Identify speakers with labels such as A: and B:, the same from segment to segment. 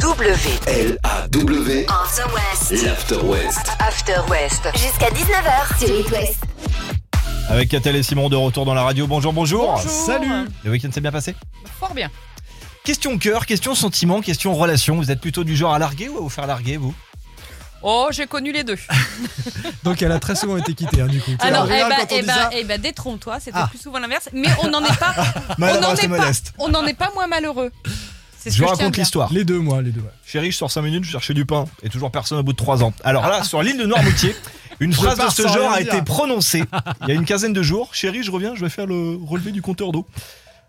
A: W.
B: L-A-W,
C: After West.
B: l'After West.
A: After West.
C: Jusqu'à 19h sur It West.
D: Avec Catel et Simon de retour dans la radio. Bonjour, bonjour.
E: Salut.
D: Le week-end s'est bien passé
E: Fort bien.
D: Question cœur, question sentiment, question relation. Vous êtes plutôt du genre à larguer ou à vous faire larguer, vous
E: Oh, j'ai connu les deux.
D: Ah,
F: Donc elle a très souvent été quittée, hein, du coup.
E: Ah non, eh
F: rigole
E: bah,
F: quand on
E: eh
F: dit
E: bah,
F: ça.
E: eh bah, détrompe-toi, c'était
F: Ah.
E: plus souvent l'inverse. Mais on n'en est pas,
F: Mais
E: on
F: alors,
E: n'en est
F: c'est
E: pas.
F: modeste.
E: on n'en est pas moins malheureux. C'est ce
D: Je vous
E: que tiens à
D: raconte
E: dire.
D: l'histoire.
F: Les deux, moi, les deux. ouais.
D: Chérie, je sors 5 minutes, je cherchais du pain. Et toujours personne au bout de 3 ans. Alors là, sur l'île de Noirmoutier, une
F: Je
D: phrase de
F: pars
D: ce
F: sans
D: genre
F: rien
D: a
F: dire.
D: été prononcée il y a une quinzaine de jours. Chérie, je reviens, je vais faire le relevé du compteur d'eau.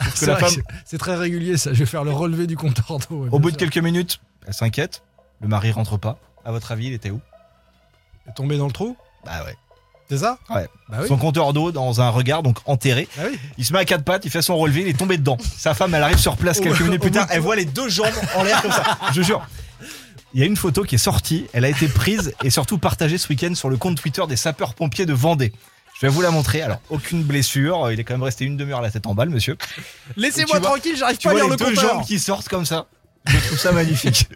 D: Sauf que
F: C'est
D: la
F: vrai que
D: femme,
F: C'est c'est très régulier, ça. Je vais faire le relevé du compteur d'eau. ouais,
D: au
F: bien
D: bout de
F: sûr.
D: quelques minutes, elle s'inquiète. Le mari rentre pas. À votre avis, il était où
F: Elle est tombée dans le trou,
D: Bah ouais.
F: c'est ça
D: Ouais.
F: Bah oui.
D: Son compteur d'eau dans un regard, donc enterré.
F: Bah oui.
D: Il se met à quatre pattes, il fait son relevé, il est tombé dedans. Sa femme, elle arrive sur place quelques
F: Au-
D: minutes
F: au
D: plus tard,
F: bout de
D: elle voit les deux jambes en l'air comme ça. Je jure. Il y a une photo qui est sortie, elle a été prise et surtout partagée ce week-end sur le compte Twitter des sapeurs-pompiers de Vendée. Je vais vous la montrer. Alors, aucune blessure, il est quand même resté une demi-heure la tête en balle, monsieur.
F: Laissez-moi
D: Tu vois-
F: tranquille, j'arrive
D: Tu
F: pas à
D: vois
F: lire
D: les
F: le
D: deux
F: compteur.
D: jambes qui sortent comme ça. Je trouve ça magnifique.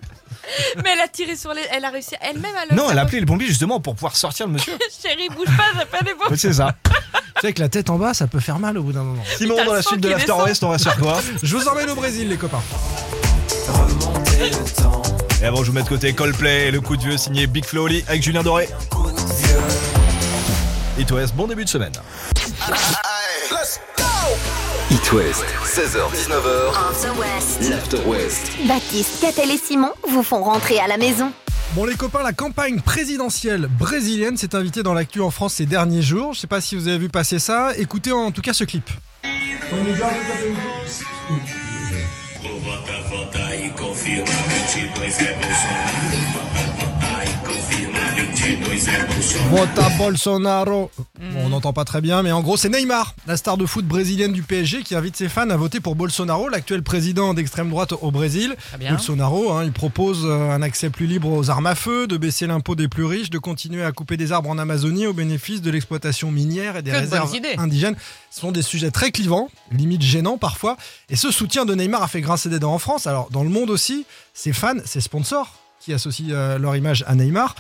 E: Mais elle a tiré sur les. Elle a réussi elle-même à le.
D: Non, elle a appelé les pompiers justement pour pouvoir sortir le monsieur.
E: Chérie, bouge pas, j'appelle les pompiers.
D: C'est ça.
F: Tu sais que la tête en bas, ça peut faire mal au bout d'un moment.
D: Simon,
E: Putain,
D: dans la
E: le sang
D: suite de
E: qui
D: l'After
E: descend.
D: West, on va faire quoi
F: Je vous emmène au Brésil, les copains.
D: Et avant, je vous mets de côté Coldplay et le coup de vieux signé Big Flo Oli avec Julien Doré. Et toi, bon début de semaine.
B: It West, 16h-19h,
C: After West.
B: l'After West.
C: Baptiste, Catel et Simon vous font rentrer à la maison.
F: Bon les copains, la campagne présidentielle brésilienne s'est invitée dans l'actu en France ces derniers jours. Je sais pas si vous avez vu passer ça. Écoutez en tout cas ce clip. Vota Bolsonaro.
E: Mm.
F: Bon, on n'entend pas très bien, mais en gros, c'est Neymar, la star de foot brésilienne du PSG, qui invite ses fans à voter pour Bolsonaro, l'actuel président d'extrême droite au Brésil.
E: Très bien.
F: Bolsonaro, hein, il propose euh, un accès plus libre aux armes à feu, de baisser l'impôt des plus riches, de continuer à couper des arbres en Amazonie au bénéfice de l'exploitation minière et des
E: Que de
F: réserves
E: bonnes idées.
F: indigènes. Ce sont des sujets très clivants, limite gênants parfois. Et ce soutien de Neymar a fait grincer des dents en France. Alors, dans le monde aussi, ses fans, ses sponsors, qui associent euh, leur image à Neymar.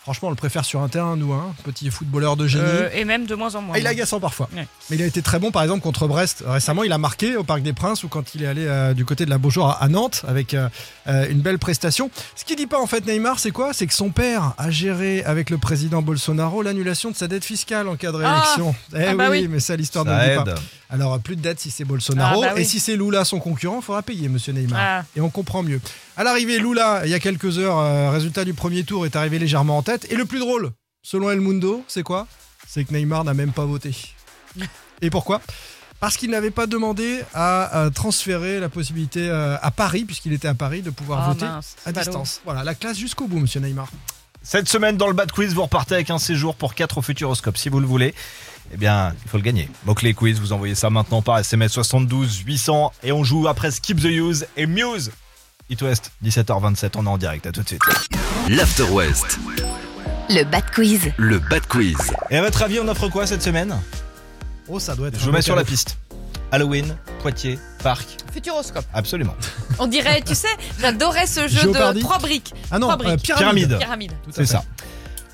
F: Franchement, on le préfère sur un terrain, nous, hein, petit footballeur de génie.
E: Euh, et même de moins en moins.
F: Ah, il est agaçant parfois.
E: Ouais.
F: Mais il a été très bon, par exemple, contre Brest. Récemment, il a marqué au Parc des Princes ou quand il est allé euh, du côté de la Beaujoire à- à Nantes avec euh, euh, une belle prestation. Ce qu'il dit pas, en fait, Neymar, c'est quoi C'est que son père a géré avec le président Bolsonaro l'annulation de sa dette fiscale en cas de
E: Ah
F: réélection. Eh
E: Ah bah
F: oui,
E: oui.
F: mais ça, l'histoire ne
D: Ça
F: le dit pas.
D: aide.
F: Alors, euh, plus de dette si c'est Bolsonaro.
E: Ah bah oui.
F: Et si c'est Lula, son concurrent, il faudra payer, monsieur Neymar.
E: Ah.
F: Et on comprend mieux. À l'arrivée, Lula, il y a quelques heures, euh, résultat du premier tour, est arrivé légèrement en tête. Et le plus drôle, selon El Mundo, c'est quoi C'est que Neymar n'a même pas voté. Et pourquoi parce qu'il n'avait pas demandé à euh, transférer la possibilité euh, à Paris, puisqu'il était à Paris, de pouvoir
E: Ah,
F: voter
E: mince,
F: à
E: c'est ballot.
F: distance. Voilà, la classe jusqu'au bout, monsieur Neymar.
D: Cette semaine, dans le bad quiz, vous repartez avec un séjour pour 4 au Futuroscope. Si vous le voulez, eh bien, il faut le gagner. Mot-clé quiz, vous envoyez ça maintenant par SMS 72 800 et on joue après Skip the Use et Muse. It West, 17h27, on est en direct, à tout de suite.
B: L'After West,
C: Le Bat Quiz.
B: le Bad Quiz.
D: Et à votre avis, on offre quoi cette semaine
F: Oh, ça doit être.
D: Je vous
F: un
D: mets
F: beau
D: sur la
F: cadeau.
D: piste. Halloween, Poitiers, Parc,
E: Futuroscope.
D: absolument.
E: On dirait, tu sais, j'adorais ce jeu
F: Géopardy.
E: de trois briques.
F: Ah non,
E: Trois briques.
F: euh,
D: Pyramide.
F: pyramide.
E: Pyramide.
F: Tout à
D: C'est
F: fait.
D: ça.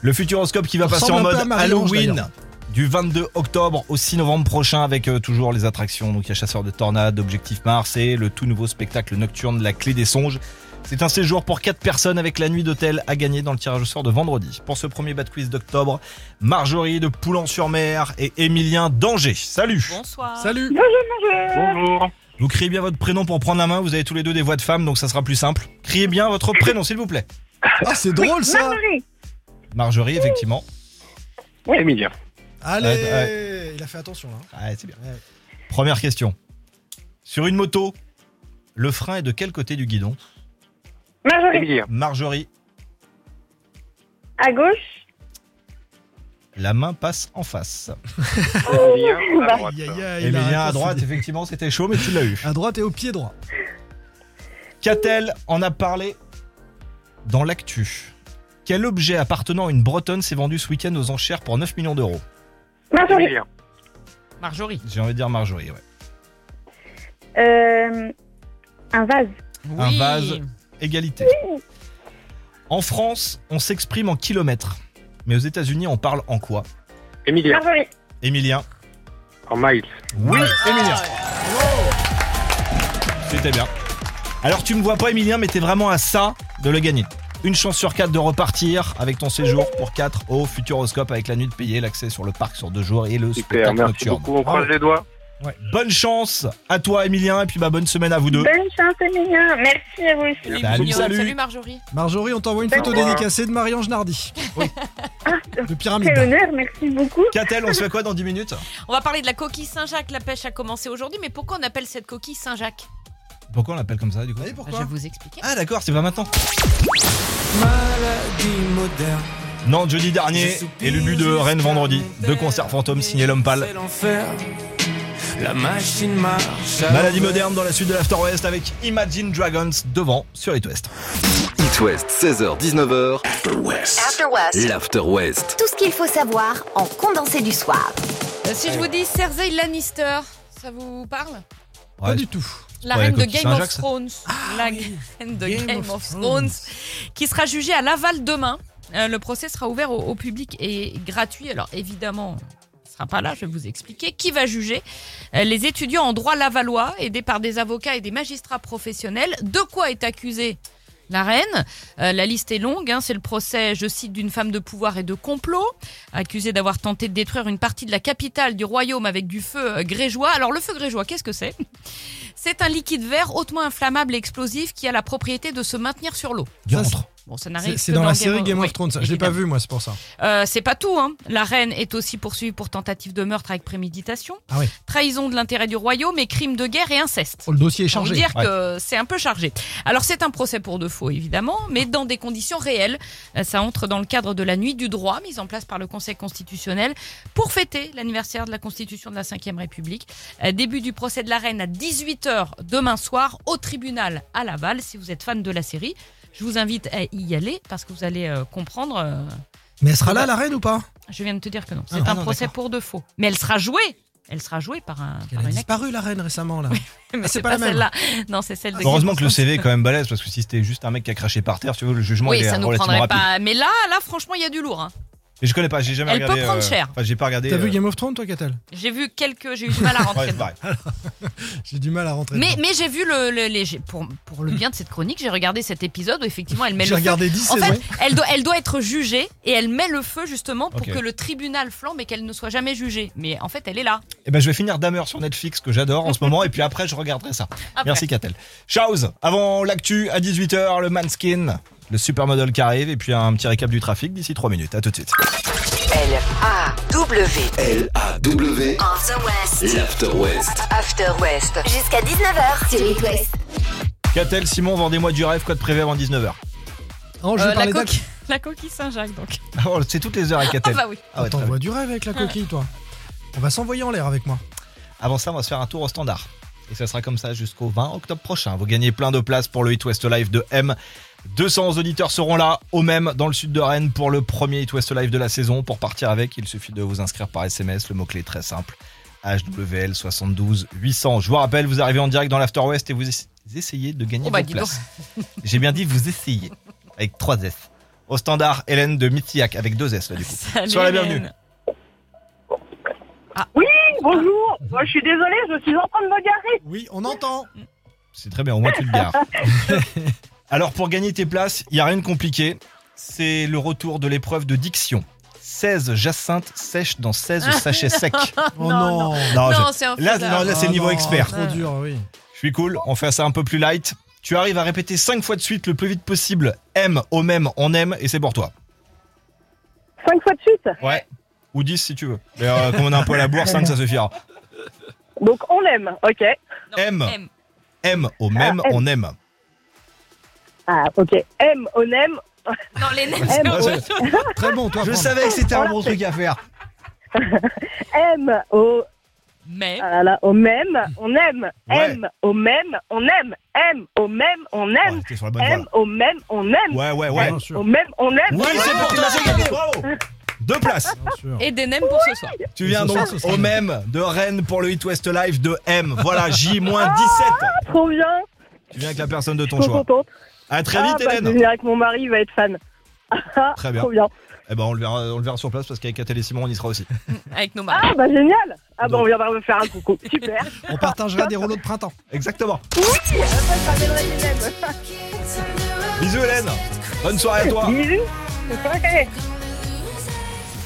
D: Le Futuroscope qui va
F: Ça
D: passer en
F: ressemble un peu
D: mode
F: à Marie-Ange,
D: Halloween
F: d'ailleurs.
D: du 22 octobre au 6 novembre prochain avec euh, toujours les attractions. Donc il y a Chasseur de Tornades, Objectif Mars et le tout nouveau spectacle nocturne La Clé des Songes. C'est un séjour pour 4 personnes avec la nuit d'hôtel à gagner dans le tirage au sort de vendredi. Pour ce premier bad quiz d'octobre, Marjorie de Poulan-sur-Mer et Émilien d'Angers. Salut
E: Bonsoir.
F: Salut
G: Bonjour.
D: Vous criez bien votre prénom pour prendre la main, vous avez tous les deux des voix de femmes donc ça sera plus simple. Criez bien votre prénom s'il vous plaît.
F: Ah, c'est drôle ça
D: Marjorie effectivement.
G: Oui, Emilia.
F: Allez
D: Ouais,
F: Il a fait attention hein. là.
D: Ah Ouais, c'est bien.
F: Ouais.
D: Première question. Sur une moto, le frein est de quel côté du guidon
G: Emilia.
D: Marjorie,
H: À gauche
D: la main passe en face.
G: Emilia. À droite.
F: Aïe, aïe, aïe, Ah, il a Ah.
D: Emilien à
F: raccourci.
D: droite, effectivement, c'était chaud, mais tu l'as eu.
F: À droite et au pied droit.
D: Catel en a parlé dans l'actu. Quel objet appartenant à une Bretonne s'est vendu ce week-end aux enchères pour 9 millions d'euros
H: Marjorie.
G: Emilia.
E: Marjorie.
D: J'ai envie de dire Marjorie, ouais.
H: Euh, un vase.
D: Un
E: Oui.
D: vase. Égalité. En France, on s'exprime en kilomètres. Mais aux États-Unis, on parle en quoi
G: Emilia.
H: Marjorie,
D: Emilien
G: En miles.
D: Oui, Emilien. Ah C'était bien. Alors, tu me vois pas, Emilien, mais t'es vraiment à ça de le gagner. Une chance sur quatre de repartir avec ton séjour pour 4 au Futuroscope avec la nuit de payer, l'accès sur le parc sur deux jours et le
G: Super,
D: spectacle
G: merci
D: nocturne.
G: beaucoup. On croise les doigts.
D: Ouais. Bonne chance à toi, Emilien, et puis bah, bonne semaine à vous deux.
H: bonne chance, Emilien. Merci à vous aussi.
E: Il est
D: Salut,
E: mignon.
D: salut.
E: Marjorie.
F: Marjorie, on t'envoie une
G: Au
F: photo
G: revoir.
F: dédicacée de Marie-Ange Nardi. De
H: Quel
F: pyramide.
H: honneur, merci beaucoup.
D: Catel, on se fait quoi dans 10 minutes
E: On va parler de la coquille Saint-Jacques. La pêche a commencé aujourd'hui, mais pourquoi on appelle cette coquille Saint-Jacques
D: Pourquoi on l'appelle comme ça du coup
F: Vous savez
E: Je vais
F: pourquoi
E: vous expliquer.
D: Ah d'accord, c'est pas maintenant. Non, jeudi dernier et le but de Rennes vendredi. Deux concerts fantômes signés l'homme pâle.
A: La machine marche.
D: Maladie moderne dans la suite de l'After West avec Imagine Dragons devant sur It West.
B: It West, 16h-19h,
C: After West.
B: l'After West.
C: Tout ce qu'il faut savoir en condensé du soir.
E: Euh, Si je vous dis Cersei Lannister, ça vous parle
F: Pas du tout.
E: La
D: Ouais,
E: reine de
D: coquille
E: Game of
D: Saint-Jacques, ça.
E: Thrones. la reine de Ah Game, of Thrones. Qui sera jugée à Laval demain. Euh, le procès sera ouvert au, au public et gratuit. Alors évidemment, il ne sera pas là, je vais vous expliquer. Qui va juger Euh, Les étudiants en droit lavallois, aidés par des avocats et des magistrats professionnels. De quoi est accusée la reine Euh, La liste est longue. hein. C'est le procès, je cite, d'une femme de pouvoir et de complot accusée d'avoir tenté de détruire une partie de la capitale du royaume avec du feu euh, grégeois. Alors le feu grégeois, qu'est-ce que c'est C'est un liquide vert hautement inflammable et explosif qui a la propriété de se maintenir sur l'eau.
D: Diantre.
E: Bon, ça
F: C'est
E: n'arrive
F: c'est
E: que
F: dans la
E: Game
F: série Game
E: oui,
F: of Thrones. ça. Je l'ai pas
E: évidemment.
F: vu, moi, c'est pour ça.
E: Euh, c'est pas tout. Hein. La reine est aussi poursuivie pour tentative de meurtre avec préméditation,
F: Ah oui.
E: trahison de l'intérêt du royaume et crime de guerre et inceste.
F: Oh, le dossier est
E: Pour
F: chargé.
E: dire que c'est un peu chargé. Alors c'est un procès pour de faux évidemment, mais dans des conditions réelles. Euh, Ça entre dans le cadre de la nuit du droit mise en place par le Conseil constitutionnel pour fêter l'anniversaire de la Constitution de la Ve République. Euh, Début du procès de la reine à 18h demain soir au tribunal à Laval. Si vous êtes fan de la série, je vous invite à y aller parce que vous allez euh, comprendre. euh,
F: Mais elle sera là, la reine, ou pas
E: je viens de te dire que non.
F: Ah
E: C'est
F: non,
E: un
F: non,
E: procès
F: d'accord.
E: pour de faux. Mais elle sera jouée. Elle sera jouée par un. par
F: Elle a
E: une actrice.
F: disparu, la reine, récemment, là.
E: Mais
F: Ah, c'est pas la même.
E: celle-là. Non, c'est celle de. Game
D: Heureusement
E: of
D: que le
E: Thrones.
D: CV est quand même balèze parce que si c'était juste un mec qui a craché par terre, tu vois, le jugement
E: Oui,
D: il est
E: ça nous
D: relativement
E: prendrait
D: rapide.
E: pas. Mais là, là, franchement, il y a du lourd. hein.
D: Mais je connais pas, j'ai jamais
E: Elle
D: regardé.
E: peut prendre cher.
D: Enfin, j'ai pas regardé.
F: T'as vu
D: euh,
F: Game of Thrones, toi, Catel
E: J'ai vu quelques. J'ai eu du mal à
D: ouais,
E: rentrer.
D: c'est
E: dedans.
D: pareil.
F: J'ai du mal à rentrer.
E: mais
F: dedans.
E: mais j'ai vu le, le- les- j'ai- pour pour le bien de cette chronique, j'ai regardé cet épisode où effectivement elle met
F: J'ai
E: le feu.
F: regardé 10
E: En
F: saisons.
E: fait, elle doit, elle doit être jugée et elle met le feu justement pour
D: Ok.
E: que le tribunal flambe et qu'elle ne soit jamais jugée. Mais en fait, elle est là.
D: Et ben, je vais finir Damer sur Netflix que j'adore en ce moment et puis après je regarderai ça.
E: Après.
D: Merci Catel. Chaos, avant l'actu à 18h, le Manskin, le supermodel qui arrive et puis un petit récap du trafic d'ici 3 minutes. À tout de suite.
I: L-A-W,
B: L-A-W,
C: After West.
B: l'After West.
I: After West.
C: Jusqu'à 19h sur It West.
D: Catel, Simon, vendez-moi du rêve, code prévu avant 19h.
F: Oh, je
E: Euh,
F: vais
E: la,
F: parler d'actu.
E: coquille- la coquille Saint-Jacques donc.
D: Oh, c'est toutes les heures à
E: Ah
D: Catel.
E: bah oui.
D: Ah ouais, très
F: T'envoies
D: bien.
F: du rêve avec la coquille, toi. On va s'envoyer en l'air avec moi.
D: Avant ça, on va se faire un tour au standard. Et ça sera comme ça jusqu'au 20 octobre prochain. Vous gagnez plein de places pour le Hit West Live de M. 200 auditeurs seront là, au même, dans le sud de Rennes, pour le premier Hit West Live de la saison. Pour partir avec, il suffit de vous inscrire par SMS. Le mot-clé est très simple. HWL 72 800. Je vous rappelle, vous arrivez en direct dans l'After West et vous ess- essayez de gagner
E: Oh bah,
D: vos
E: dis donc.
D: places. J'ai bien dit vous essayez. Avec 3 S. Au standard, Hélène de Mitillac, avec 2 S là du coup.
E: Salut,
D: Sois la
E: Hélène.
D: bienvenue.
H: Bonjour. Moi, je suis désolée, je suis en train de me garer.
F: Oui, on entend.
D: C'est très bien, au moins tu le gares. Alors pour gagner tes places, il n'y a rien de compliqué. C'est le retour de l'épreuve de diction. 16 jacinthes sèches dans 16 sachets secs.
F: Oh
E: Non,
F: non. Ah
D: Non, je-
E: Non, c'est un
D: là,
E: faiseur.
D: non, là, c'est niveau
F: non,
D: expert.
F: Trop dur, oui.
D: Je suis cool, on fait ça un peu plus light. Tu arrives à répéter 5 fois de suite le plus vite possible. M au même, on aime, et c'est pour toi.
H: Cinq fois de suite.
D: Ouais. Ou 10 si tu veux. D'ailleurs, euh, comme on est un peu à la bourre, 5 ça suffira.
H: Donc, on l'aime. Ok.
E: Non,
D: M. M au même,
H: Ah, M.
D: on aime.
H: Ah, ok. Aime, on aime.
E: Non, les nems,
H: M,
E: c'est
D: Ouais,
E: autre
D: c'est-
E: chose.
F: Très Eh, bon, toi.
D: Je
F: Fran.
D: savais que c'était un bon truc à faire.
H: Aime, au,
E: Mais.
H: ah là là, au même, on aime.
D: Ouais.
H: Aime, au même, on aime. Aime, au même, on
D: Ouais,
H: aime.
D: t'es sur la bonne voie,
H: Aime, au même, on aime.
D: là. Ouais, ouais,
F: Ouais,
D: ouais.
F: Bien
H: Au
F: sûr.
H: même, on aime.
D: Oui, c'est pour toi, c'est gagné, bravo. Deux places.
F: Bien sûr.
E: Et des nems pour ce soir.
D: Tu viens
F: Et ce
D: donc
F: soir, ce sera
D: au
F: le-
D: même de Rennes pour le Hit West Live de M. Voilà, J-17.
H: Trop bien.
D: Tu viens avec la personne de
H: Je
D: ton
H: suis trop
D: choix.
H: contente.
D: À très vite,
H: ah, bah, je vais
D: Hélène.
H: venir avec mon mari, il va être fan. Ah,
D: Très bien.
H: Trop bien.
D: Eh ben, on le verra, on le verra sur place parce qu'avec Catel et Simon, on y sera aussi.
E: Avec nos maris.
H: Ah, bah génial. Ah, bah
D: Donc.
H: on viendra me faire un coucou. Super.
F: On partagera des rouleaux de printemps.
D: Exactement.
H: Ça viendra les mêmes.
D: Bisous, Hélène. Bonne soirée à toi.
H: Bisous. Ouais.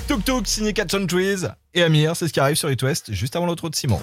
D: Tuk Tuk, signé Catch on Trees. Et Amir, c'est ce qui arrive sur It West juste avant l'autre de Simon.